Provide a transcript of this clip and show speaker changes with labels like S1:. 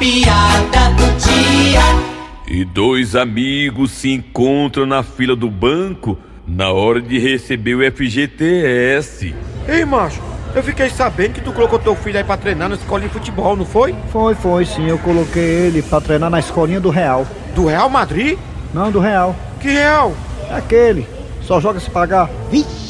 S1: piada do dia.
S2: E dois amigos se encontram na fila do banco na hora de receber o FGTS.
S3: Ei, macho, eu fiquei sabendo que tu colocou teu filho aí pra treinar na escola de futebol, não foi?
S4: Foi, foi sim, eu coloquei ele pra treinar na escolinha do Real.
S3: Do Real Madrid?
S4: Não, do Real.
S3: Que real?
S4: É aquele, só joga se pagar.
S5: Vixe!